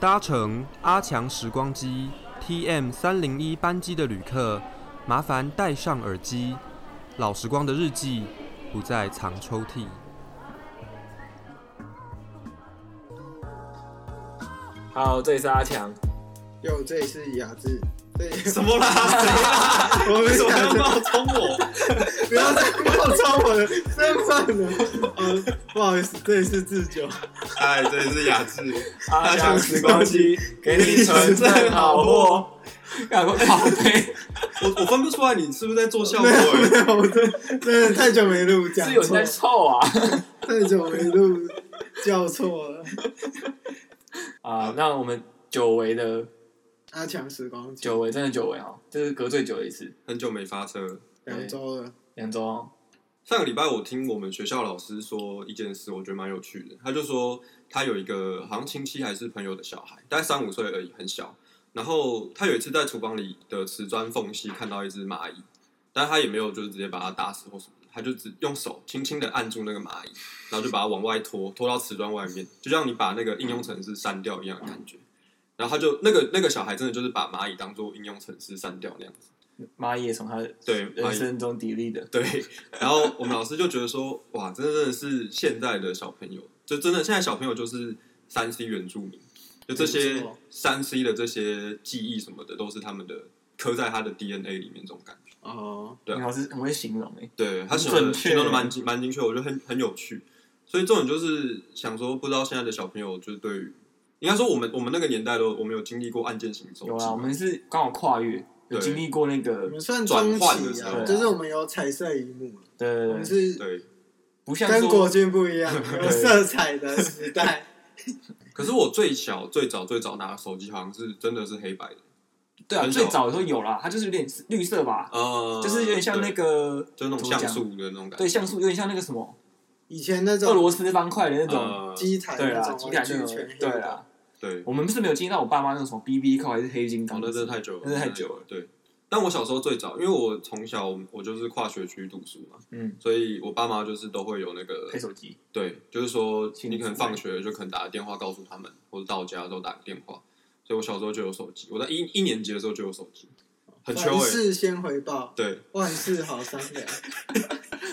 搭乘阿强时光机 TM 三零一班机的旅客，麻烦戴上耳机。老时光的日记不再藏抽屉。 Hello，这里是阿强。哟，这里是雅致，这里什么啦？我为们什么雅要致，冒充我？不要再冒充我的身份了。嗯，不好意思，这里是自酒。哎，这里是雅啊致，阿强时光机给你纯正好货，赶快宝贝，我我分不出来你是不是在做效果、欸。没有，我真真的太久没录讲是有人错在，臭啊！太久没录叫错了。啊，那我们久违的阿强时光机久违，真的久违哦，这是隔最久的一次，很久没发车了，两周了，两周哦。上个礼拜我听我们学校老师说一件事，我觉得蛮有趣的。他就说他有一个好像亲戚还是朋友的小孩，大概三五岁而已，很小。然后他有一次在厨房里的瓷砖缝隙看到一只蚂蚁，但他也没有就是直接把它打死或什么的，他就只用手轻轻的按住那个蚂蚁，然后就把它往外拖，拖到瓷砖外面，就像你把那个应用程式删掉一样的感觉。然后他就那个那个小孩真的就是把蚂蚁当做应用程式删掉那样子，蚂蚁也从他的对，蚂人蚁生中砥砺的，对，然后我们老师就觉得说，哇，真的真的是现在的小朋友，就真的现在小朋友就是三 C 原住民，就这没些错三 C 的这些记忆什么的，都是他们的刻在他的 DNA 里面这种感觉。哦，对啊你老师很会形容欸诶。对他很形容准的确形容的蛮精蛮精确，我觉得很很有趣。所以这种就是想说，不知道现在的小朋友就是对于，应该说我们我们那个年代都我们有经历过案件型手有机啊，我们是刚好跨越，有对经历过那我个，们算转中换的时期候啊，就是我们有彩色一幕了，我对嗯们，是对。呃不像跟国说军不 一样，有色彩的时代。可是我最小最早最早拿的手机好像是真的是黑白的，对啊，很最少早的时候有啦，它就是有点绿色吧，呃，就是有点像对那个就是那种怎么像讲素的那种感觉。对像素，有点像那个什么以前那俄种罗斯方块的那种，呃，机台对啊那啦，种机玩感具那种全黑，对的，啦，对，啊我们是没有经历到我爸妈那种什么 BB 扣还是黑金哦刚，，那真的太久了，那真的太久了。对，但我小时候最早，因为我从小我就是跨学区读书嘛，嗯，所以我爸妈就是都会有那个配，手 机，对，就是说亲你可能子放学就可能打个电话告诉他们，或者到家之后打个电话。所以我小时候就有手机，我在一一年级的时候就有手机，很缺凡哎、欸。事先回报，对，万事好商 量。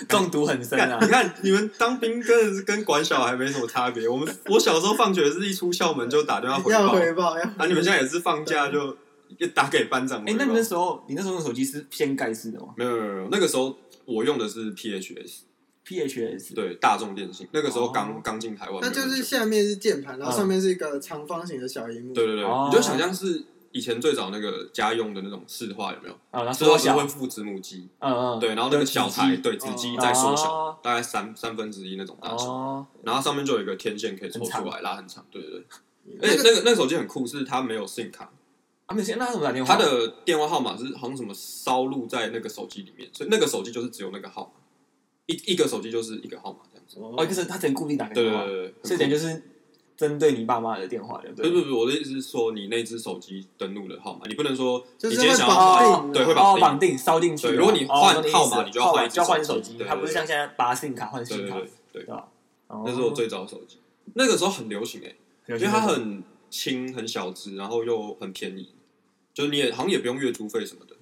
中毒很深啊你。看你们当兵跟跟管小孩没什么差别。我们我小时候放学是一出校门就打电话回要报，回报，要啊，你们现在也是放假就就打给班长回哎，报。那你那时候你那时候用手机是掀盖式的吗没有没有没有，那个时候我用的是 PHS， ？PHS，对，大众电信。那个时候刚哦刚进台湾没它有很久，就是下面是键盘，然后嗯上面是一个长方形的小荧幕。对对对，哦你就想象是以前最早那个家用的那种市话有没有？啊，然后市话缩是小，会嗯附子母机，嗯，哦对，然后那个小台子机对子机再缩小，大概三三分之一那种大小，哦，然后上面就有一个天线可以抽很出来长拉很长，对对对。哎而那且个那个那个手机很酷，是它没有 SIM 卡，啊，没事，那他怎么打电话？它的电话号码是好像什么烧录在那个手机里面，所以那个手机就是只有那个号码，一一个手机就是一个号码这样子。哦，就是他只能固定打对电对话对，对，这对。点就是针对你爸妈的电话，对不不对？不不，我的意思是说，你那只手机登录的号码，你不能说就你是今天会想要绑换，定，对会哦，绑绑定烧进去啊。对如果你换哦那号码意思你就要换一只就要换手手机机，对它不是像现在拔 SIM 卡换对 SIM 对卡，对对，吧？哦那是我最早的手机，那个时候很流行诶，因因为它很轻、很小只，然后又很便宜，就是你也好像也不用月租费什么的，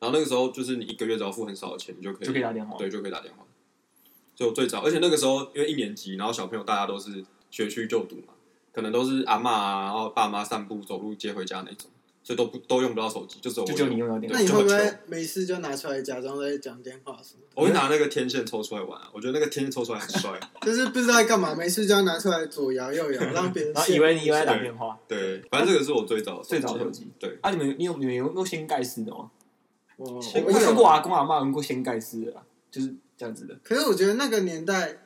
然后那个时候就是你一个月只要付很少的钱，你就可以就可以打电话。对就可以打电话，所以我最早，而且那个时候因为一年级，然后小朋友大家都是学区就读嘛，可能都是阿嬷啊，然后爸妈散步走路接回家那种，所以都不都用不到手机，就只有我就只有你用到电那话对。你会不这么会久没事就拿出来假装在讲电话什么？我会拿那个天线抽出来玩、啊，我觉得那个天线抽出来很帅。就是不知道在干嘛，没事就要拿出来左摇右摇，让别人然后啊羡慕以为你以为在打电话，对，反正这个是我最早的手机最早的手机。对，啊，你们你有你们有用过掀盖式的吗？我哦我我啊有看过阿公阿妈用过掀盖式的啦，就是这样子的，可是我觉得那个年代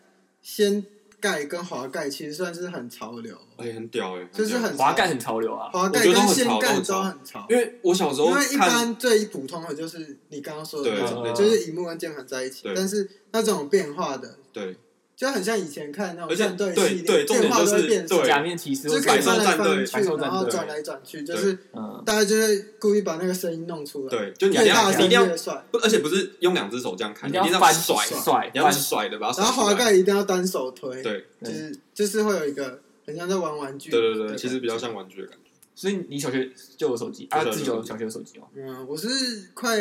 掀盖跟滑盖其实算是很潮流，哎、很屌哎、很屌就是很滑盖很潮流啊。滑盖我觉得都跟很掀潮盖都都很很潮。因为我小时候因为一看，般最普通的就是你刚刚说的对那种，嗯就是荧幕跟键盘在一起对，但是那种变化的，对就很像以前看那而种且战队对系列，对重点变化都就会是变对假面骑士就或是者可以百翻兽来战翻队去，百兽战队然后转来转去，就是嗯，大家就会故意把那个声音弄出来，对，就你一定越要大你一声定要啊越帅。不，而且不是用两只手这样看，一你定一定要要翻甩，甩你要翻甩的把它然后甩出滑来盖一定要单手推，对就是就是会有一个很像在玩玩具。对对对，的其实比较感觉像玩具的感觉。所以你小学就有手机啊？小学自己就有有小学有手机哦？嗯，我是快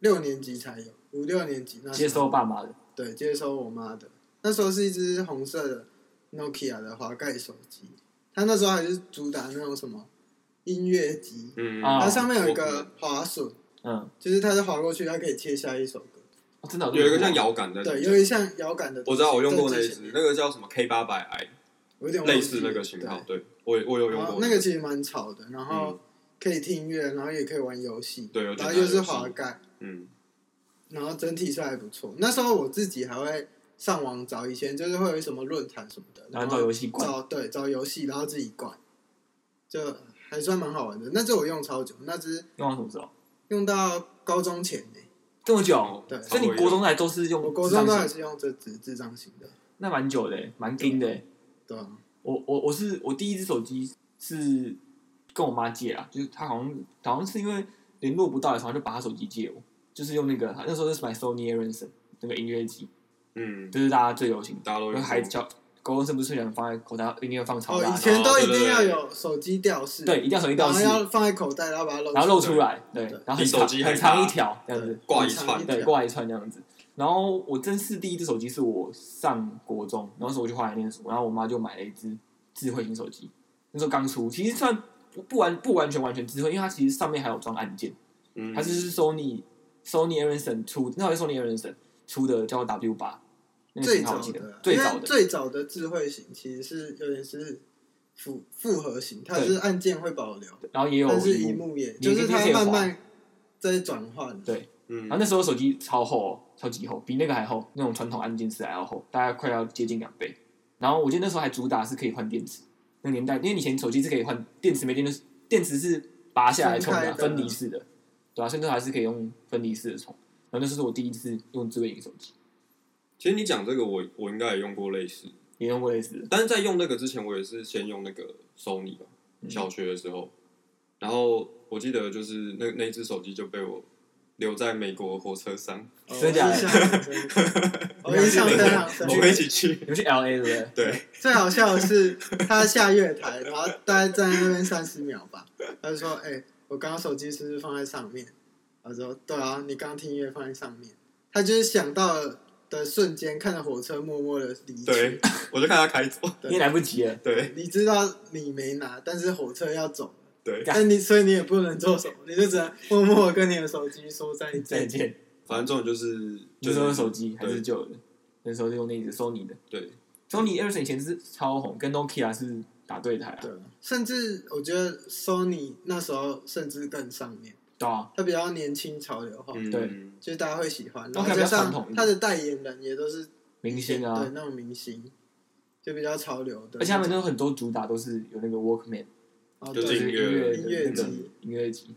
六年级才有，五六年级那时接候收爸妈的，对接收我妈的，那时候是一只红色的 Nokia 的滑盖手机，它那时候还是主打那种什么音乐机，嗯，啊它上面有一我个滑鼠，嗯，就是它是滑过去，它可以切下一首歌，哦真的有一个像摇杆的，对，有点像摇杆的东我西。知道我用过那一一只，那个叫什么 K 八百 I，有点忘记类似那个型号，对对我也我有用然后过那个其实蛮吵的，然后嗯可以听音乐，然后也可以玩游戏，对有然后简单又的是游戏滑盖，嗯，然后整体是还不错。那时候我自己还会上网找，以前就是会有什么论坛什么的，啊然然后到后游戏馆，找对找游戏，然后自己灌，就还算蛮好玩的。那只我用超久，那只用到什么时候？用到高中前呢、这么久，哦对所以你国中来都是用我国中智都障还型是用这只智障型的，那蛮久的，欸蛮硬的。对啊？我我我是我第一只手机是跟我妈借啦，就是她好像好像是因为联络不到，然后就把她手机借我，就是用那个那时候是买 Sony Ericsson 那个音乐机，嗯，就是大家最流行的，大家都然用后还过。叫高中生不是想放在口袋，一定要放超哦，大以的，前都一对对定对要有手机吊饰，对，一定要手机然吊后饰，要放在口袋，然后把它露，然后露出，来，对对，然后很比手长机还很长大一条这样子，挂一很长串对，条挂一串这样子。然后我正式第一只手机是我上国中，然后那时候我就花来念书，然后我妈就买了一只智慧型手机，那时候刚出，其实算不不完不完全完全智慧，因为它其实上面还有装按键，嗯，它是 Sony Sony Ericsson 出，那是 Sony Ericsson 出的叫 W 八，那个最型号早我记得的，最因为早的，最早的智慧型其实是有点是复复合型，它对是按键会保留，然后也有但是屏荧幕，幕也你就是你它可以滑慢慢在转换，对嗯然啊后那时候手机超厚、哦，超级厚，比那个还厚，那种传统按键式还要厚，大概快要接近两倍。然后我记得那时候还主打是可以换电池，那年代因为以前手机是可以换电池，没电就是电池是拔下来充分的，啊开的分离式的，对啊，甚至还是可以用分离式的充。然后那是我第一次用智慧型手机，其实你讲这个我，我应该也用过类似，也用过类似的，但是在用那个之前，我也是先用那个 Sony 吧，嗯小学的时候，然后我记得就是那那只手机就被我留在美国火车上，哦真的假的我印象 很深刻我印象非常深我刻们一起去， 你们去 L A 对不对？对，最好笑的是，他下月台，然后大概站在那边三十秒吧，他就说：“哎、我刚刚手机是不是放在上面？”我说：“对啊，你刚刚听音乐放在上面。”他就是想到的瞬间，看着火车默默的离去对。我就看他开走，对你也来不及了，对你知道你没拿，但是火车要走，对，但你所以你也不能做什么，你就只能默默地跟你的手机说再再见。见。反正这种就是就就是用是手机还对是旧的，那时候就用那只 Sony 的对， ，Sony Ericsson 以前是超红，跟 Nokia 是打对台啊，对，甚至我觉得 Sony 那时候甚至更上面，对啊，它比较年轻潮流化。嗯对就是大家会喜欢，都然还后比较加传统上一他点的代言人也都是明星啊，对那种明星，就比较潮流的那种，而且他们都很多主打都是有那个 Walkman，哦就对是就是乐乐的音乐那个机音乐机，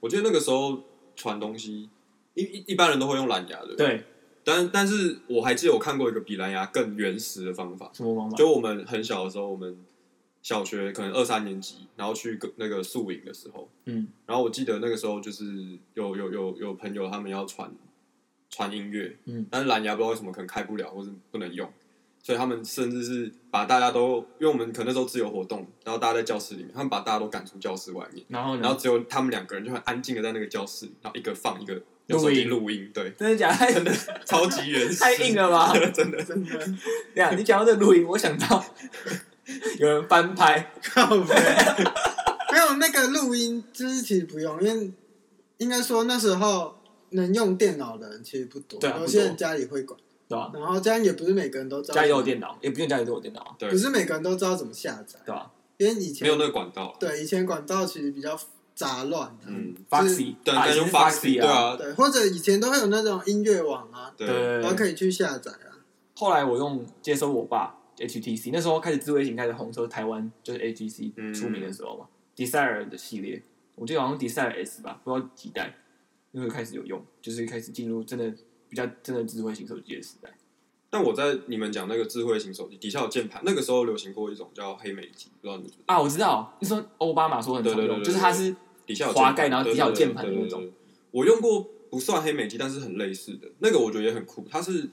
我记得那个时候传东西，一一一般人都会用蓝牙的，，对，但但是我还记得我看过一个比蓝牙更原始的方法，什么方法？就我们很小的时候，我们小学可能二三年级，然后去个那个宿营的时候，嗯，然后我记得那个时候就是有有有有朋友他们要传传音乐，嗯，但是蓝牙不知道为什么可能开不了或是不能用，所以他们甚至是把大家都，因为我们可能那时候自由活动，然后大家在教室里面，他们把大家都赶出教室外面，然后然后呢？只有他们两个人就很安静的在那个教室，然后一个放一个用手机录音，对，真的假的？太 真的超级原始，太硬了吧？ 真的。真的对啊，你讲到这个录音，我想到 有人翻拍，靠背，没有那个录音，就是其实不用，因为应该说那时候能用电脑的人其实不多，对啊有不些多人家里会管，对吧？然后家里也不是每个人都知道家里都有怎么电脑，也不用家里都有电脑啊，对不是每个人都知道怎么下载，对吧因为以没有前那个管道，对以前管道其实比较杂乱啊，嗯， ？Foxy，对，啊以但前用是 Foxy， Foxy 对，啊，对，或者以前都会有那种音乐网啊，对对然后可以去下载啊。后来我用接收我爸 HTC，那时候开始智慧型开始红，时候台湾就是 HTC 嗯出名的时候嘛、d e s i r e 的系列，我记得好像 Desire S 吧，不知道几代，那时候开始有用，就是开始进入真的比较真的智慧型手机的时代。但我在你们讲那个智慧型手机底下有键盘，那个时候流行过一种叫黑莓机，不知道你们知不知道啊，我知道，你说奥巴马说很常用，对对对对就是它是底下有滑键盘盖然后底下有对对键盘的那种对对对对我用过不算黑莓机，但是很类似的那个，我觉得也很酷。它是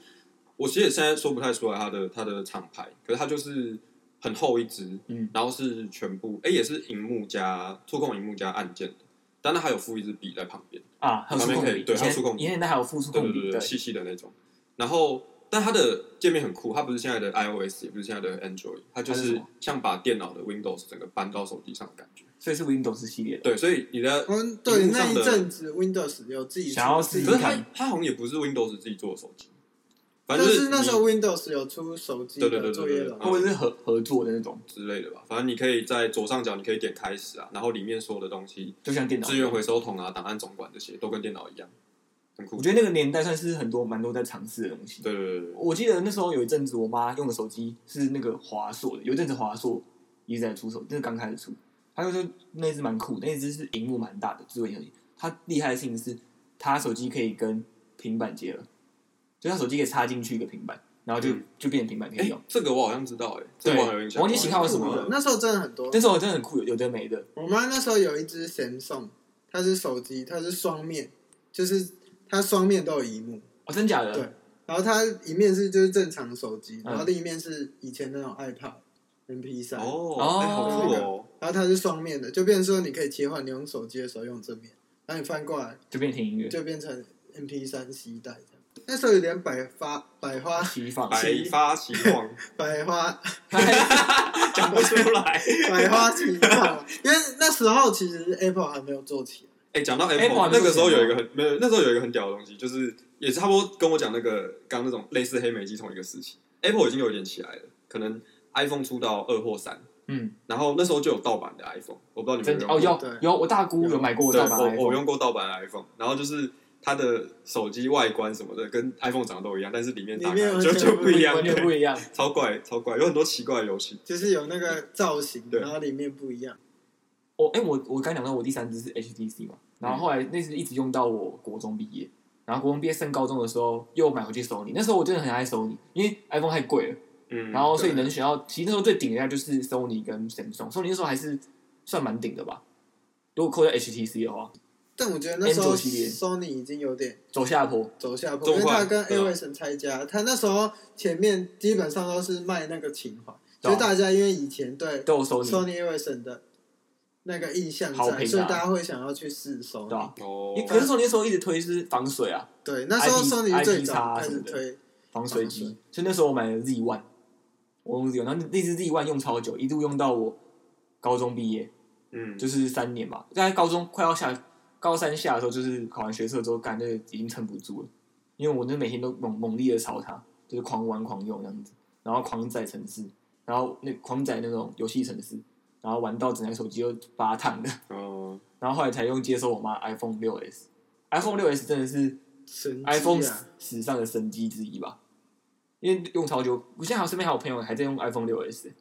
我其实也现在说不太出来它的它的厂牌，可是它就是很厚一支，嗯，然后是全部，哎、也是荧幕加触控荧幕加按键的，但它还有附一支笔在旁边，啊，还有旁数边控可以笔，对以还有触控前笔以前那还有附数对控对笔，对对，细细的那种。然后，但它的界面很酷，它不是现在的 iOS，也不是现在的 Android，它就它是什是么像把电脑的 Windows 整个搬到手机上的感觉。所以是 Windows 系列的。对，所以你的嗯，对，荧幕那上一的阵子 Windows 有自己想要出自己可是试嗯试它看它好像也不是 Windows 自己做的手机，反但正就是那时你候 Windows 有出手机对对的对作对业对啊软会不会件是合合作的那种，之类的吧。反正你可以在左上角，你可以点开始啊，然后里面所有的东西，就像电脑一资样？源回收桶啊、档案总管这些都跟电脑一样，很酷我。觉得那个年代算是很多蛮多在尝试的东西。对对对对对，我记得那时候有一阵子，我妈用的手机是那个华硕的，有一阵子华硕一直在出手，那是刚开始出。她就说那只蛮酷，那只是荧幕蛮大的智慧手机。它厉害的事情是，它手机可以跟平板结合，就它手机可以插进去一个平板，然后就、嗯就变成平板可以哎、用。这个我好像知道、哎，这对个我好像有印象。哦我忘记型号是什么了那时候真的很多。但是我真的很酷，有有的没的，我妈那时候有一只 Samsung，它是手机，它是双面，就是它双面都有一幕，哦，真假的？对然后它一面是就是正常手机，嗯然后另一面是以前那种 iPad、MP 三，哦，哦哎、好酷哦！然后它是双面的，就变成说你可以切换，你用手机的时候用正面，然后你翻过来就变成听音乐，就变成 MP 三携带这样。那时候有点百发百 啊花齐放，百发 齐放，百花讲不出来。百花齐放，啊因为那时候其实 Apple 还没有做起来。哎、讲到 Apple 还没做那个时候钱吗有一个很没有，那时候有一个很屌的东西，就是也是差不多跟我讲那个刚刚那种类似黑莓机同一个时期，Apple 已经有点起来了，可能 iPhone 出到二或三，嗯，然后那时候就有盗版的 iPhone，我不知道你们 真有假哦，没有用有对有，我大姑有买过对盗版的我我 iPhone，用过盗版的 iPhone，然后就是它的手机外观什么的跟 iPhone 长得都一样，但是里面打里面开完就全就不不一样，完全对不一样。超怪超怪，有很多奇怪的游戏。就是有那个造型，对然后里面不一样。我哎、我我刚讲到我第三支是 HTC 嘛，然后后来那支一直用到我国中毕业，然后国中毕业升高中的时候又买回去 Sony，那时候我真的很爱 Sony，因为 iPhone 太贵了，嗯，然后所以对能选到，其实那时候最顶的一家就是 Sony 跟 Samsung，Sony 那时候还是算蛮顶的吧，如果扣掉 HTC 的话，但我觉得那时候 Android 系列 Sony 已经有点走下坡，走下坡，中因为华它跟对啊 Ericsson 拆家，它那时候前面基本上都是卖那个情怀，对就啊是大家因为以前对都有 Sony， Sony Ericsson 的那个印象好评在，啊所以大家会想要去试对啊吧 Sony。、哦，可是 Sony 那时候一直推是防水啊，对，那时候 IP Sony 最 IP 早叉开啊什始么的推，防水机防水，所以那时候我买了 Z One，我用 Z One，然后那支 Z One 用超久，一度用到我高中毕业。嗯，就是三年吧，在高中快要下高三下的时候，就是考完学测之后，感觉已经撑不住了，因为我那每天都猛猛力的抄它，就是狂玩狂用这样子，然后狂载城市，然后那狂载那种游戏城市，然后玩到整台手机都发烫的，哦，然后后来才用接收我妈 iPhone 六 S。iPhone 六 S 真的是神机 iPhone 啊，史上的神机之一吧，因为用超久，我现在还有身边还有朋友还在用 iPhone 六 S，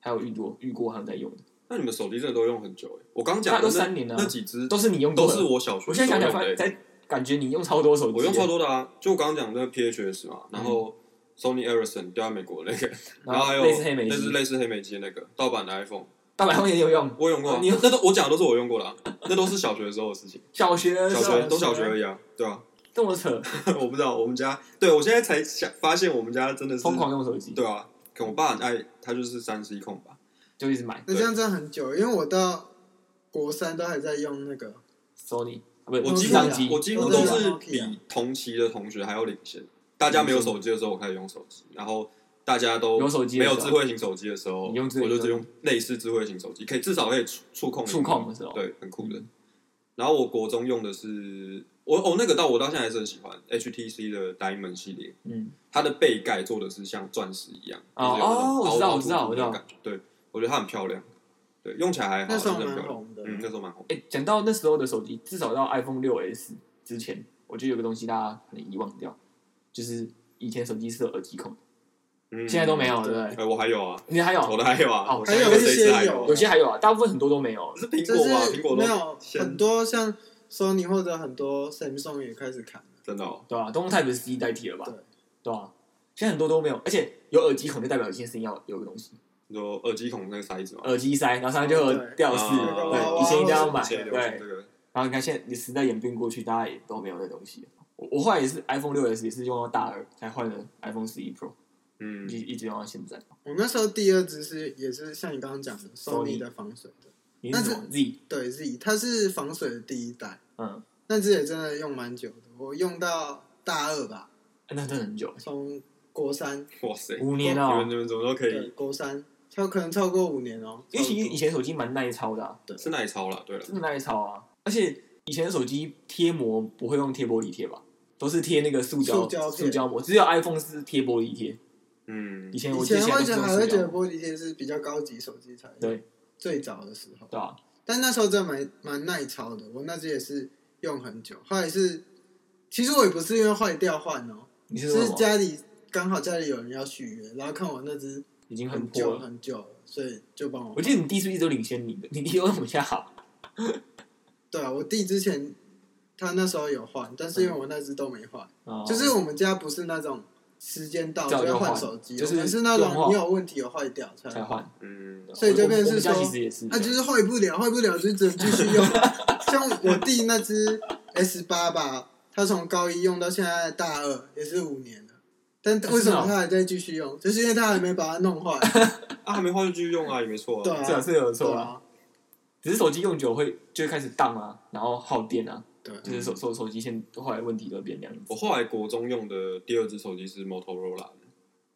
还有遇过遇过还有在用的，那你们手机真的都用很久哎，我刚讲的大概都那三年了那几只都是你用过都的是我小学我现在想时想，候发用的才感觉你用超多手机，我用超，多的啊，就我刚刚讲那个 PHS 嘛，嗯然后 Sony Ericsson 掉在美国那 个，然然后后还有类似黑莓机那是类似黑莓机的那个盗版的 iPhone，大白也有用。我有用过啊哦你有，那都我讲的都是我用过的啊，那都是小学的时候的 事情，小学的小时学候都小学而已啊，对啊，这么扯， 我不知道我们家，对我现在才想发现我们家真的是疯狂用手机，对啊，可我爸很爱，他就是三 C 控吧，就一直买那这样真的很久，因为我到国三都还在用那哦个， Sony，啊不是我几相啊机，乎我几乎都是啊 Nokia 比同期的同学还要领先。大家没有手机的时候，我开始用手机，然后大家都有手机的没时候有智慧型手机的时候，你用智慧我型就只用类似智慧型手机，可以至少可以触触控触控的时候对，很酷的嗯。然后我国中用的是我哦那个到我到现在还是很喜欢 HTC 的 Diamond 系列，嗯，它的背盖做的是像钻石一样，哦就是有那种哦我知道凹凹我知道凸凸的我知道感觉，对我觉得它很漂亮，对，用起来还好，那时候真的很蛮漂亮，红的。嗯，那时候蛮红，哎，讲到那时候的手机，至少到 iPhone 六 S 之前，我觉得有个东西大家可能遗忘掉，就是以前手机是有耳机孔，嗯，现在都没有了，对对不对？哎，我还有啊，你还我有，的还有啊，哦我现在用还有一这支些还有有些还有啊，大部分很多都没有不。是苹就果吧？是苹果没都有先很多像 Sony 或者很多 Samsung 也开始砍。真的哦，对吧、啊？都用 Type C 代替了吧？对对吧、啊？现在很多都没有，而且有耳机孔就代表有些声音要有个东西，你说耳机孔那个塞子嘛，耳机塞，然后上面就有对吊饰，啊对，以前一定要买，现在流行对这。个，然后你看现在你时代演变过去，大家也都没有那东西了。我我后来也是 iPhone 六 S 也是用到大二才换了 iPhone 十一 Pro，嗯一一直用到现在。我那时候第二只是也是像你刚刚讲的 Sony Sony 的防水的，你是什么 Z？对 Z，它是防水的第一代，嗯，那只也真的用蛮久的，我用到大二吧，哎那真的很久，从国三哇塞，五年哦你们你们怎么都可对以，国三超可能超过五年哦，因为其实以超前手机蛮耐操的、啊，过是对，耐操了，对了，真的耐操啊。而且以前的手机贴膜不会用贴玻璃贴吧，都是贴那个塑胶塑胶片塑胶膜，只有 iPhone 是贴玻璃贴。嗯以，前我以记得前现在会觉都得是用还塑会觉得胶膜，玻璃贴是比较高级手机才有对最早的时候，对啊，但那时候真的蛮蛮耐操的，我那只也是用很久，后来是其实我也不是因为坏掉换哦，你是说是什么？家里刚好家里有人要续约，然后看我那只已经很很破久了。很久了，所以就帮我我记得你弟是不是一直都领先你的？你弟用的比较好，对啊，我弟之前他那时候有换，但是因为我那只都没换，哦就是我们家不是那种时间到叫就就要换换手机，就是我们是那用话种你有问题有坏掉才才换，嗯，所以就变成我是们家说其实也是那、这样，就是坏不了，坏不了就只能继续用。像我弟那只 S 八吧，他从高一用到现在大二，也是五年了。但哦为什么他还在继续用？就是因为他还没把它弄坏。啊啊，还没换就继续用啊，也没错对啊，啊，这样是有错对啊。啊，只是手机用久会就会开始荡啊，然后耗电啊，对啊嗯就是手手手机现后来问题都会变这样子。我后来国中用的第二只手机是 Motorola，的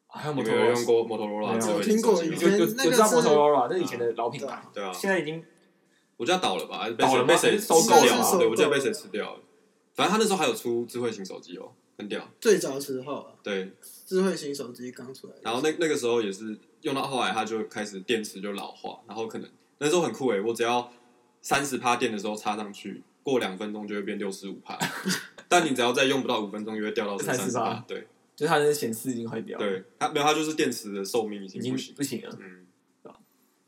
还有你摩们托罗有用过 Motorola？没有智慧我听过型手机就吗以前就就那个知道是摩托罗拉，那以前的老品对牌啊，对啊，现在已经我家倒了吧，还是被倒了谁吗被谁收吃啊购了掉啊吧了？对，我记得被收购谁了吃掉了。反正他那时候还有出智慧型手机哦，很屌。最早时候啊，对，智慧型手机刚出来的时候，然后那那个时候也是用到后来，它就开始电池就老化，然后可能那时候很酷诶、我只要三十趴电的时候插上去，过两分钟就会变六十五趴， 但你只要再用不到五分钟，就会掉到三十38趴。对就是它的显示已经坏掉了，对，它没有，它就是电池的寿命已已经经不行。不行了。啊嗯，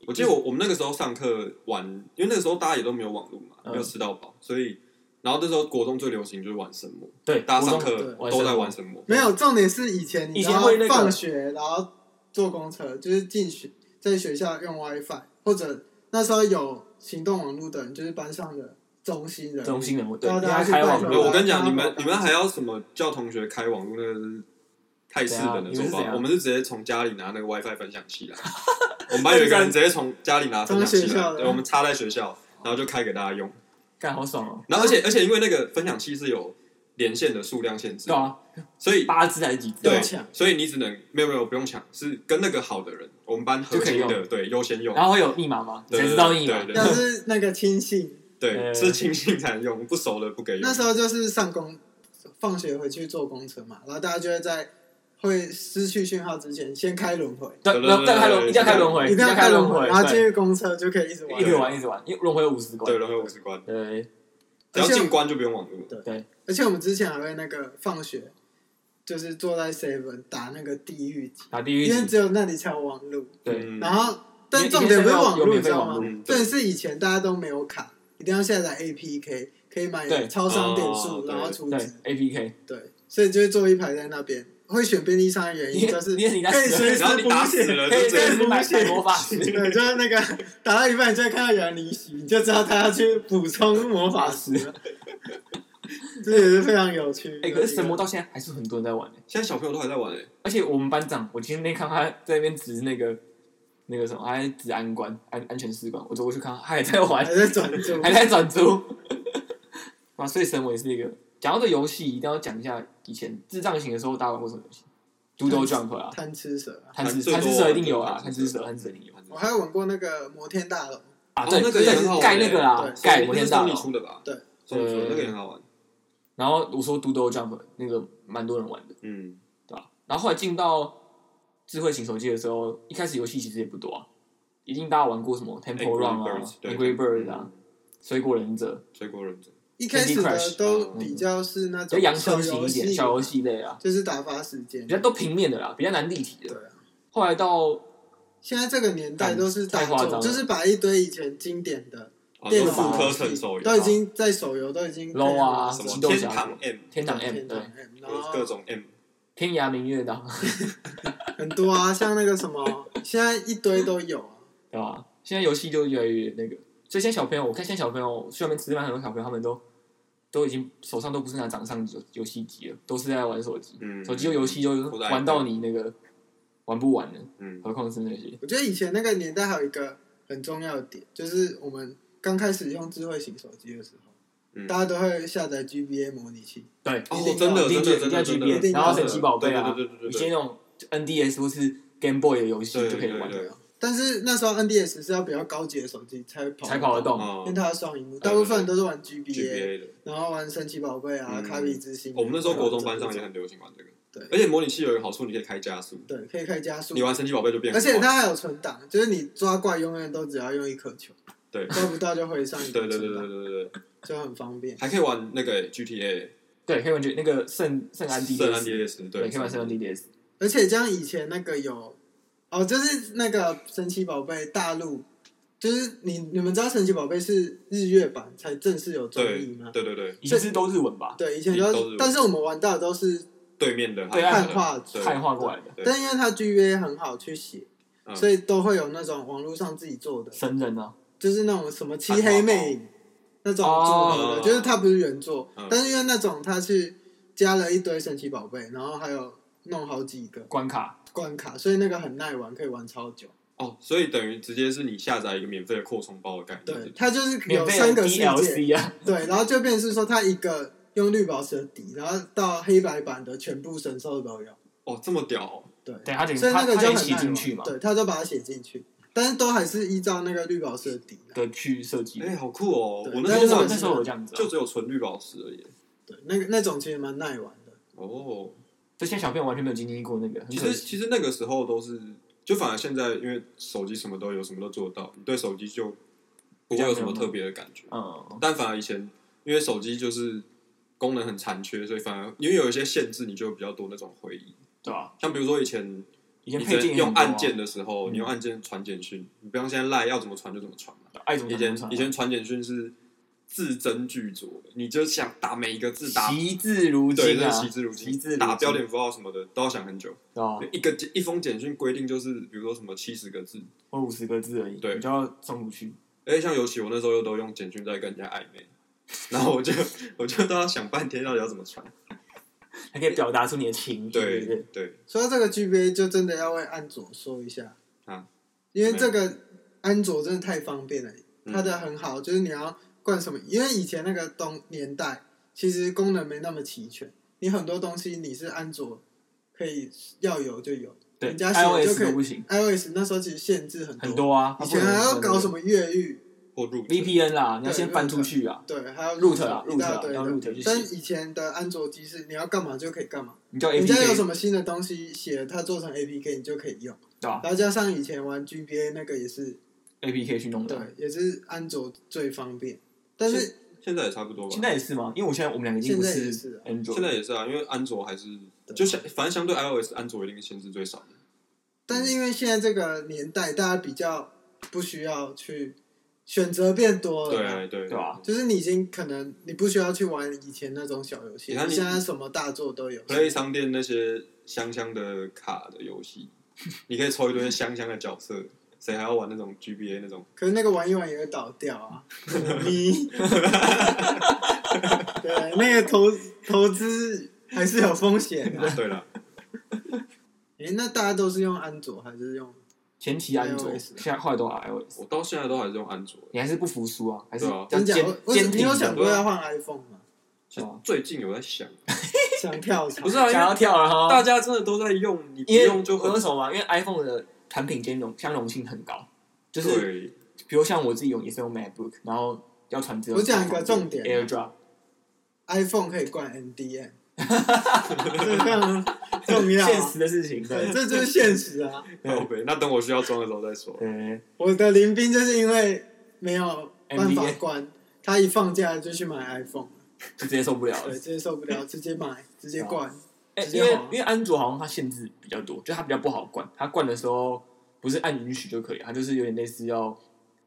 我记得我我们那个时候上课玩，因为那个时候大家也都没有网络嘛，嗯没有吃到饱，所以然后那时候国中最流行就是玩神魔，对，大家上国中课对都在玩玩神魔，没有重点是以前你以前然后会那个放学，然后坐公车，就是进学在学校用 WiFi，或者那时候有行动网络的人，就是班上的中心人物，中心人物，对，啊大因家为它开网去拜访没有，络我跟你讲，对你啊们你们还要什么叫同学开网络，那个是太日本的怎样你们是做怎法。样我们是直接从家里拿那个 WiFi 分享 器来，我们班有一个人直接从家里拿分享器从学校来，的对，我们插在学校，然后就开给大家用。干好爽哦，然后而且而且因为那个分享器是有连线的数量限制对，啊，所以八只还是几只？啊对要抢，所以你只能没有没有不用抢，是跟那个好的人，我们班合就可以群用的，对，优先用。然后会有密码吗？对谁知道密码对？对但是那个亲信，对，呃是亲信才能用，不熟的不给用。那时候就是上公放学回去坐公车嘛，然后大家就会在会失去讯号之前先开轮回，对，对不要对不要开轮，一对定要开轮回，一定要开开轮轮回，然后进对，入公车就可以一直玩一。直玩一直玩，因为轮回有五十关对，，然后五十关，对，只要而且进关就不用网络。而且我们之前还会那个放学，就是坐在 seven 打那个地狱级，打地狱因为级，只有那里才有网络。对嗯然因后，为但重点不是网有络，免你费知道网吗络？嗯重点是以前大家都没有卡，一定要下载 APK，可对以买超商点哦数，然后储对值。 A P K，对，所以就会坐一排在那边。会选便利商的原因就是因为你在可以随时然后你打补死血，了，可以呃就可以这去样买买魔法石，对，就是那个打到一半，你就会看到有人离席，你就知道他要去补充魔法石了。这也是非常有趣。哎，可是神魔到现在还是很多人在玩欸现在小朋友都还在玩诶。而且我们班长，我今天看他在那边值那个那个什么，他在值安关安安全士官，我走过去看他，他还在玩，还在转注，还在转租。 啊，所以神我也是一个。讲到这游戏，一定要讲一下以前智障型的时候，大家玩过什么游戏？独头 jump 啊，贪吃蛇啊！贪吃最多贪吃蛇一定有啊，对贪吃蛇贪吃蛇一定有我还有玩过那个摩天大楼，啊，哦对，那个对也很好玩盖欸那个啦，对盖摩天大那楼是 Sony。出的吧？对，Sony 出的对那个也很好玩。然后我说独头 jump 那个蛮多人玩的，嗯，对吧？然后后来进到智慧型手机的时候，一开始游戏其实也不多啊，一定大家玩过什么 Temple Run 啊 Birds，对 Angry Bird 啊，水果忍者，水果忍者，一开始 Candy Crush 嗯的都比较是那比较种阳小春型游一点戏，小游戏类啊，就是打发时间比。较都平面的啦，比较难立体对的。啊，后来到现在这个年代都是大太夸张了众，就是把一堆以前经典的啊，电就脑妇科游戏成手游啊都已经在手游都已经 low 啊，什行么动天小堂子、 M，天堂 M，天堂对， M，然后各种 M，天涯明月刀，很多啊，像那个什么，现在一堆都有啊。对吧？现在游戏就越来越那个，所以现在小朋友，我看现在小朋友，去外面吃饭，很多小朋友他们都都已经手上都不是拿掌上游游戏机了，都是在玩手机，嗯，手机游游戏就我的 iPad 玩到你那个玩不完的，嗯，何况是那些。我觉得以前那个年代还有一个很重要的点，就是我们刚开始用智慧型手机的时候，嗯大家都会下载 GBA 模拟器，对，哦一定，要真的一定真要的一定要真的去真编，的，一定然要后神奇宝贝啊对对对，对以对前对那种 NDS 或是 Game Boy 的游戏对就可以玩对，对但是那时候 NDS 是要比较高级的手机才跑才跑得动。因哦为它要双荧幕，大部分人都是玩 GBA， GPA 的。然后玩神奇宝贝啊、嗯卡比之星。我们那时候国中班上也很流行玩这个，对而且模拟器有一个好处，你可以开加速，对，可以开加速你，玩神奇宝贝就变而很快，且它还有存档，就是你抓怪永远都只要用一颗球，对抓不到就会上一对个对对存对档，对对对，就很方便。还可以玩那个 GTA 对，可以玩那个圣圣 安 D 圣安 DS，对，对，可以玩圣安 DDS。而且像以前那个有，哦，就是那个神奇宝贝大陆，就是你你们知道神奇宝贝是日月版才正式有中对译吗？对对对，一是都日文吧，对，以前都都是是，但是我们玩到的都是对面的对汉化对汉化过来的对但因为它 GBA 很好去写，嗯所以都会有那种网络上自己做的，神人啊，就是那种什么漆黑魅影那种组合的，哦就是它不是原作，嗯但是因为那种它是加了一堆神奇宝贝，然后还有弄好几个关卡，关卡，所以那个很耐玩，可以玩超久。哦，所以等于直接是你下载一个免费的扩充包的概念，对，它就是免有费三的个世界， DLC 啊，对，然后就变成是说它一个用绿宝石的底，然后到黑白版的全部神兽都有，哦，这么屌哦，对，对，他等于所以他那个他就也很写耐进玩去嘛，对，它就把它写进去，但是都还是依照那个绿宝石的底来。对，去设计。哎，好酷哦！对我那那时时候候那时候有这样子啊，就只有纯绿宝石而已，对，那个那种其实蛮耐玩的。哦，就现在小朋友完全没有经历过那个，很其可实惜。其实那个时候都是，就反而现在因为手机什么都有，什么都做到，你对手机就不会有什么特别的感觉。嗯，但反而以前因为手机就是功能很残缺，所以反而因为有一些限制，你就有比较多那种回忆。对吧？像比如说以前以前你配只件能也很用多啊按键，的时候，嗯你用按键传简讯，你不像现在赖要怎么传就怎么传嘛。爱怎么以传怎么前传啊以前传简讯是字斟句酌，你就想打每一个字打。惜字如对，金啊，真的惜字如金，惜字如金打哦标点符号什么的都要想很久。对啊吧？一个一封简讯规定就是，比如说什么七十个字，我五十个字而已，对你就要送出去。而且像尤其我那时候又都用简讯在跟人家暧昧， 然后我就 我就都要想半天到底要怎么传。还可以表达出你的情绪，对对不对？对，说到这个 GBA，就真的要为安卓说一下啊，因为这个安卓真的太方便了，嗯它的很好，就是你要灌什么，因为以前那个东年代其实功能没那么齐全，你很多东西你是安卓可以要有就有对人家写就，iOS 可以都不行， ，iOS 那时候其实限制很很多啊。以前还要搞什么越狱，或入 VPN 啦，你要对先翻出去啊，对，还要 root 啦一，root 大啦，堆要的。 root 去但写，以前的安卓机是你要干嘛就可以干嘛。你叫人家有什 APK，么新的东西写，它做成 APK 你就可以用，对啊吧然后加上以前玩 GBA 那个也是， ？APK 去弄对的。，也是安卓最方便。但是现在也差不多吧。现在也是吗？因为我现在我们两个已经不现在也是啊 Android，现在也是啊，因为安卓还是对就相反正相对 iOS，安卓一定是限制最少的。但是因为现在这个年代，大家比较不需要去选择变多了，对对对啊吧就是你已经可能你不需要去玩以前那种小游戏，你看你你现在什么大作都有。 ？Play 商店那些香香的卡的游戏，你可以抽一堆香香的角色，谁还要玩那种 GBA 那种？可是那个玩一玩也会倒掉啊，你，对，那个投投资还是有风险 的、啊。对了，诶，那大家都是用安卓还是用？前期安卓， iOS 现在后来都 iOS，我到现在都还是用安卓。你还是不服输啊，还是对啊要真坚假？我坚你挺有的，啊想过要换 iPhone 吗？其 实哦最近有在想， 想跳槽不？是啊，因想为要跳了哈。大家真的都在用，你不因为用就我为很什么嘛？因为 iPhone 的产品兼容相容性很高，就是对。比如像我自己用也是用 MacBook，然后要传资料。我讲一个重点，AirDrop， iPhone 可以灌 NDM，这非常重要、现啊。实的事情，对，对，这就是现实啊！靠北那等我需要装的时候再 说。对，我的林斌就是因为没有办法灌，他一放假就去买 iPhone，就直接受不了对，了。直接受不了，直接买，直接灌。哎，直因接为好因为安卓好像它限制比较多，就它比较不好灌，它灌的时候不是按允许就可以，它就是有点类似要，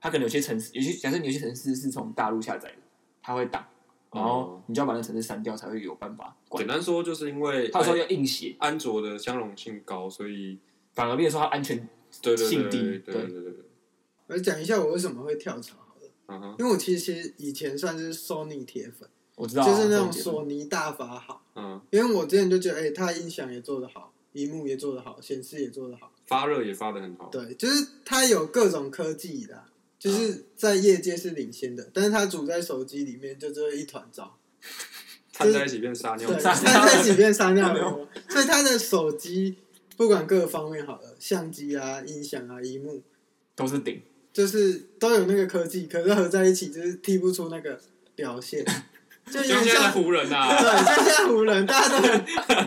它可能有些城市，有些假设你有些城市是从大陆下载的，它会挡，然后哦你就要把那城市删掉才会有办法灌简。单说，就是因为哎它有时候要硬写，安卓的相容性高，所以反而变成说它安全对对性对低对对对对对，我讲一下我为什么会跳槽好了，嗯哼，因为我其实以前算是 Sony 铁粉，我知道啊，就是那种这索尼大法好。嗯因为我之前就觉得，哎、他音响也做得好，荧幕也做得好，显示也做得好，发热也发的很好。对，就是它有各种科技的啊，就是在业界是领先的，但是它煮在手机里面就只有一团糟。掺在一起变撒尿对，，撒尿它在几遍撒尿流，所以它的手机不管各个方面好了，相机啊、音响啊、荧幕，都是顶。就是都有那个科技，可是合在一起就是踢不出那个表现，就有像点现在的像湖人对，啊，像现在湖人，大家都很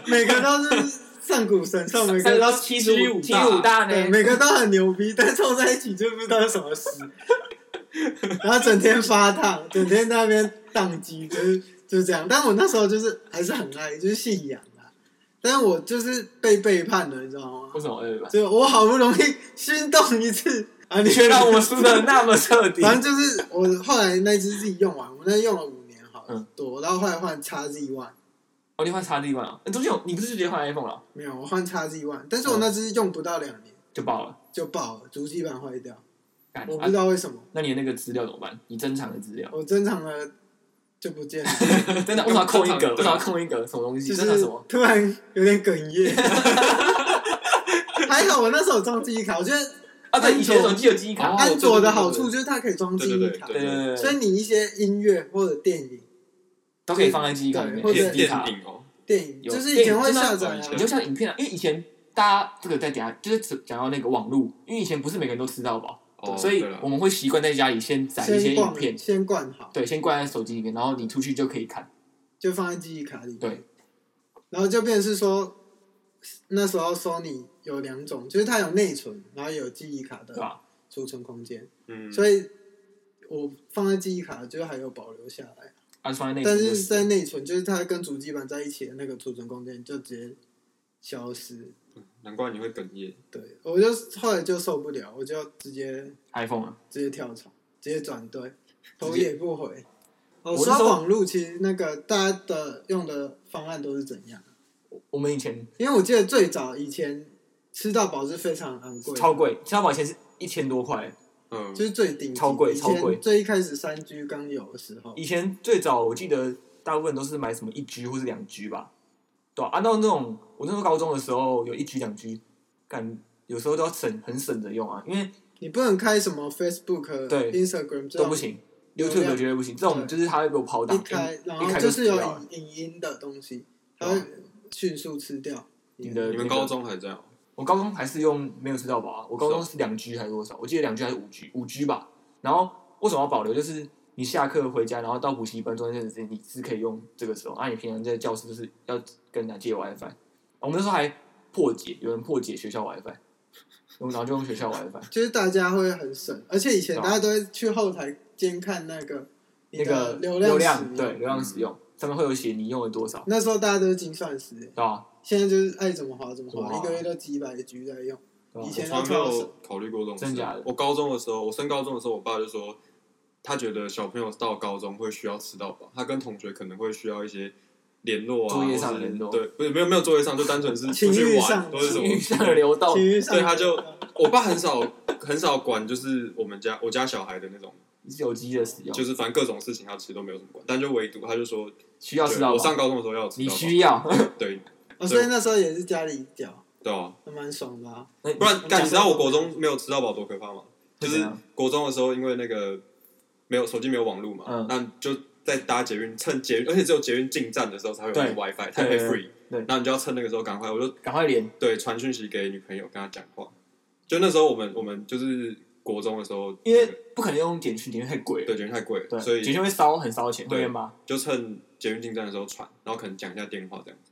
每个都是上古神兽，每个到都七十十五五七七十五五大对，呢，每个都很牛逼，但凑在一起就不知道是什么事，然后整天发烫，整天在那边宕机，就是就是这样。但我那时候就是还是很爱，就是信仰啊，但是我就是被背叛了，你知道吗？为什么二吧？就我好不容易心动一次啊， 你却让我输的那么彻底。 反正就是我后来那只自己用完，我那用了五年好嗯多，然后后来换 x Z One，哦，你换叉 D 换了，中间有你不是直接换 iPhone 了，没有我换 x Z One，但是嗯我那只用不到两年就爆了。就爆了，主机板坏掉，干我不啊知道为什么，那你的那个资料怎么办？你珍藏的资料，我珍藏了就不见了， 真的为什么要空一珍藏格？为什么要空一格？什么东西？就珍藏是什么？突然有点哽 咽。还好我那时候有装记忆卡，我觉得啊，对，以前手机有记忆卡哦，安卓的对对对对好处就是它可以装记忆卡，对对对对所对，以你一些音乐或者电影、都可以放在记忆卡里面对或者电 SD 电卡。影哦，电影，有就是以前会电影下载啊真你就像影片啊，因为以前大家这个在等下就是讲到那个网络，因为以前不是每个人都吃到饱，哦，所以对了我们会习惯在家里先载一些先影逛片，先灌好。对，先灌在手机里面，然后你出去就可以看。就放在记忆卡里。对，然后就变成是说，那时候 Sony 有两种，就是它有内存，然后也有记忆卡对啊的吧？储存空间，嗯，所以我放在记忆卡就是还有保留下来，啊，放在那但个是在内存就是它跟主机板在一起的那个储存空间就直接消失。难怪你会哽咽。对，我就后来就受不了，我就直接 iPhone 啊，直接跳槽，直接转队，头直接也不回。哦，我是说到说网络，其实那个大家的用的方案都是怎样？我们以前因为我记得最早以前吃到饱是非常昂贵的，啊超贵，吃到饱以前是一千多块，嗯，就是最顶级超贵以超贵前最一开始三 G 刚有的时候，以前最早我记得大部分都是买什么一 G 或是两 G 吧，对啊，按照那种我那时候高中的时候有一 G 两 G，干有时候都要省很省着用啊，因为你不能开什么 Facebook、对 Instagram 这都种不，行流量，YouTube 绝对不行，这种对就是它会给我抛一档，开然一后开就就是死有掉影影音的东西，它对啊会迅速吃掉你的你们高中还这样？我高中还是用没有吃到饱啊，我高中哦是两 G 还是多少？我记得两 G 还是五 G，五 G 吧。然后为什么要保留？就是你下课回家，然后到补习班中间这段时间，你是可以用这个时候。啊，你平常在教室就是要跟人家借 WiFi。我们那时候还破解，有人破解学校 WiFi，然后就用学校 WiFi。就是大家会很省，而且以前对啊大家都会去后台监看那个 你那的个流流使量用，对流量使用上面会有写你用了多少，那时候大家都是精算师，对吧？现在就是爱怎么划怎么划，哇一个月都几百 G 在用，对吧以我前从来没有考虑过这种事。真假的我高中的时候，我升高中的时候，我爸就说，他觉得小朋友到高中会需要吃到饱，他跟同学可能会需要一些联络啊，作业上或是的联络对，不是没有没有作业上，就单纯是情出欲去玩上或者什 情么欲上的流动情，绪上哦对，他就我爸很少很少管，就是我们家我家小孩的那种，手机的使用就是反正各种事情他其实都没有什么管，但就唯独他就说，需要吃到我饱，上高中的时候要吃你到饱，需要。 对哦，所以那时候也是家里屌，对啊，还蛮爽的、啊。那你不然你干，讲你知道我国中没有吃到饱多可怕吗？就会是怎样国中的时候，因为那个没有手机没有网络嘛，嗯那就在搭捷运，趁捷运，而且只有捷运进站的时候才会有那个对 WiFi，台北对 Free，对那你就要趁那个时候赶快，我就赶快连。对传讯息给女朋友跟她讲话。就那时候我们我们就是国中的时候，因为不可能用简讯，简讯太贵了，对捷运太贵了，对，所简以讯会烧很烧钱，对会变吗？就趁捷运进站的时候传，然后可能讲一下电话这样子。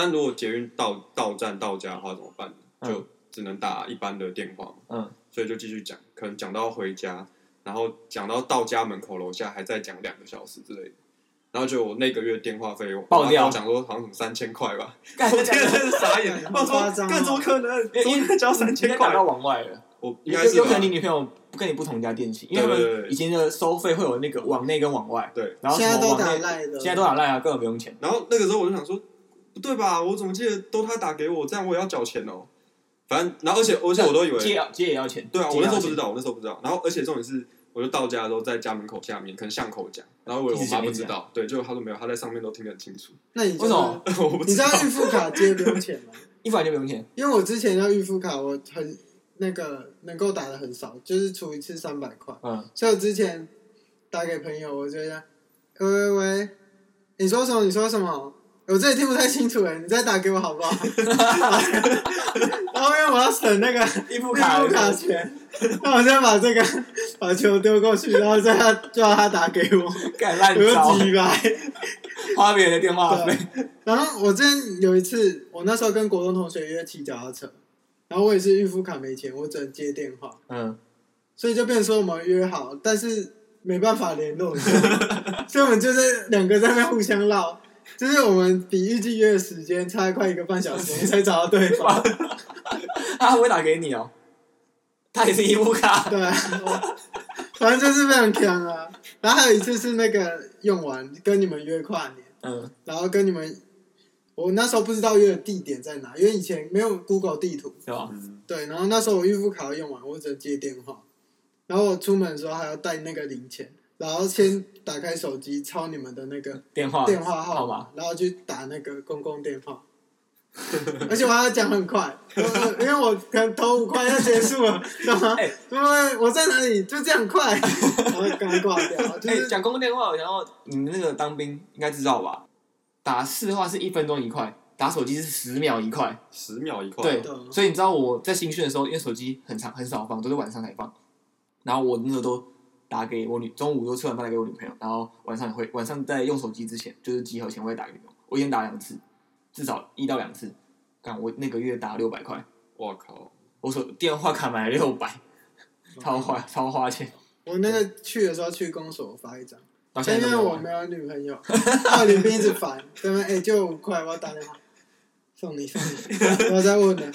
但如果捷运到到站到家的话怎么办呢？嗯就只能打一般的电话嘛。 嗯，所以就继续讲，可能讲到回家，然后讲到到家门口楼下，还在讲两个小时之类的。然后就我那个月电话费我爆掉我想说好像什么三千块 吧，干我真的是傻 很眼，夸我说张啊干怎么可能？因为怎么可能交三千打块？到往外了，我应有该是有可能吧你女朋友不跟你不同家电信，因为他对对对们对以前的收费会有那个往内跟往外，对。然后现什在么都往打内，赖的，现在都打赖啊，根本不用钱，然后那个时候我就想说，不对吧？我怎么记得都他打给我，这样我也要缴钱哦。反正，然后而且而且我都以为借借也要钱，对啊，借我也要那时候钱不知道，我那时候不知道。然后，而且重点是，我就到家的时候在家门口下面，可能巷口讲，然后我以为我妈不知道，对，就她说没有，她在上面都听得很清楚， 那你就为什么我不你知知道道。预付卡接不用钱吗？一凡就不用钱，因为我之前要预付卡，我很那个能够打的很少，就是出一次三百块。嗯，所以我之前打给朋友，我觉得，喂喂喂，你说什么？你说什么？我这里听不太清楚哎，你再打给我好不好？然后因为我要省那个预付付卡卡钱，那我先把这个把球丢过去，然后叫他叫他打给我，干烂我就招，急白。花别人的电话费，然后我之前有一次，我那时候跟国中同学约骑脚踏车，然后我也是预付卡没钱，我只能接电话，嗯，所以就变成说我们约好，但是没办法联络， 所以我们就是两个在那边互相唠，就是我们比预计约的时间差快一个半小时我们才找到对方。 他会打给你哦，他也是预付卡，对啊，我反正就是非常强啊。然后还有一次是那个用完跟你们约跨年，嗯然后跟你们，我那时候不知道约的地点在哪，因为以前没有 Google 地图。对吧？嗯，对，然后那时候我预付卡要用完，我只能接电话。然后我出门的时候还要带那个零钱，然后先打开手机抄你们的那个电话电话号号码码，然后去打那个公共电话。而且我还要讲很快，我我因为我可能头五块要结束了，懂吗？哎因为我在哪里就这样快，然后赶快挂掉。就哎，是讲公共电话，然后你们那个当兵应该知道吧？打市话是一分钟一块，打手机是十秒一块。十秒一块，对懂，所以你知道我在新训的时候，因为手机很长很少放，都是晚上才放。然后我那时候都打给我女，中午都吃完饭打给我女朋友，然后晚上也会晚上在用手机之前，就是集合前我也打给女朋友，我一天打两次，至少一到两次。干，我那个月打六百块，哇靠，我手电话卡买了六百，超花超花钱，我那个去的时候去公所发一张，到现因在都为没有我还没有女朋友，到林斌一直烦，对吗？哎，就五块，我要打电话送你送你，不要再问了。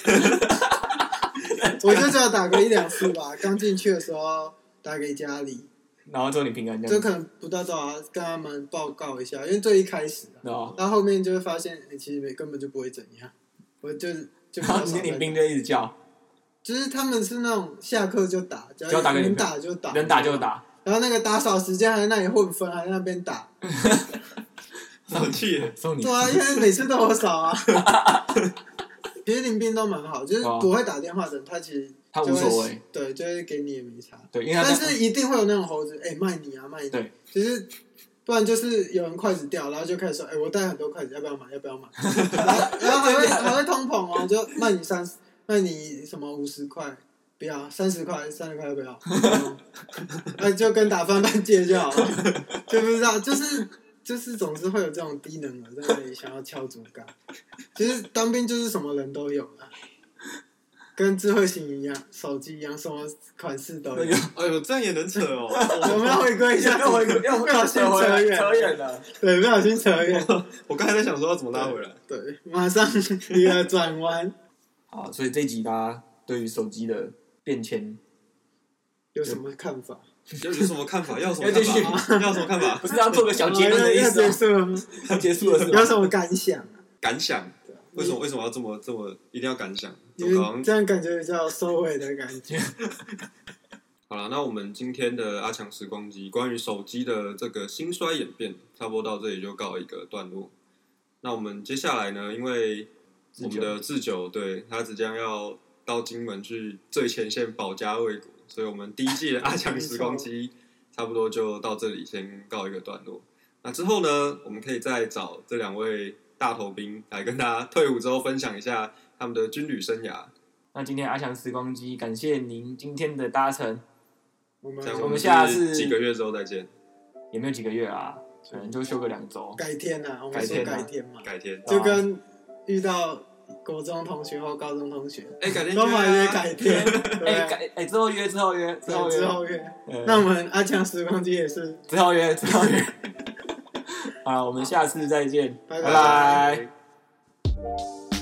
我就只有打过一两次吧，刚进去的时候打给家里，然后祝你平安这就样子，可能不到多少，跟他们报告一下，因为最一开始啊，然后然后后面就会发现，哎其实没根本就不会怎样，我就就比然较后少你领在兵就一直叫，就是他们是那种下课就打，只只要打给你能打就打，能打就。打，然后那个打扫时间还在那里混分，还在那边打，好气耶，送你对啊，因为每次都有扫啊。其实林斌都蛮好，就是哦不会打电话的人，他其实他就无会所谓，对，就会给你也没差。对，因为他但在是一定会有那种猴子，哎、卖你啊，卖你！对，就是不然就是有人筷子掉，然后就开始说，哎、我带很多筷子，要不要买？要 不要买？然后然后还会还会通膨哦，就卖你三十，卖你什么五十块，不要三十块，三十块要不要？那、就跟打翻饭借就好了，就不知道，就是就是总是会有这种低能儿在那里想要敲竹杠，其实当兵就是什么人都有啊。跟智慧型一样，手机一样，什么款式都有。哎呦，这样也能扯哦， 我们要回归 一下，又回又不小心扯远，扯远了。对，不小心扯 远，我刚才在想说要怎么拉回来，对，马上一个转弯，好，所以这一集大家对于手机的变 迁，有什么看法？有有什么看法？要有什么要继看法？要有什么看法不？是 要做个小结论的意要思结啊？束了吗？ 要结束了是有吧？什么感想啊？感想？为什么你？为什么要这么这么一定要感想？你总刚们这样感觉比较收尾的感觉。 好了，那我们今天的阿强时光机关于手机的这个兴衰演变，差不多到这里就告一个段落。那我们接下来呢，因为我们的志久对他即将要到金门去最前线保家卫国，所以我们第一季 的阿强时光机差不多就到这里先告一个段落。那之后呢，我们可以再找这两位大头兵来跟大家退伍之后分享一下他们的军旅生涯。那今天阿强时光机，感谢您今天的搭乘，我们这样我们是下次几个月之后再见，也没有几个月啊，可能就休个两周。改天啊，我们说改改天嘛，改天。就跟遇到国中同学或高中同学，哎、改天都见啊满约 改天，哎对，改哎，之后约，之后约，之后对，约之，后约。呃那我们阿强时光机也是，之后约，之后约。 好，我们下次再见，拜拜拜拜。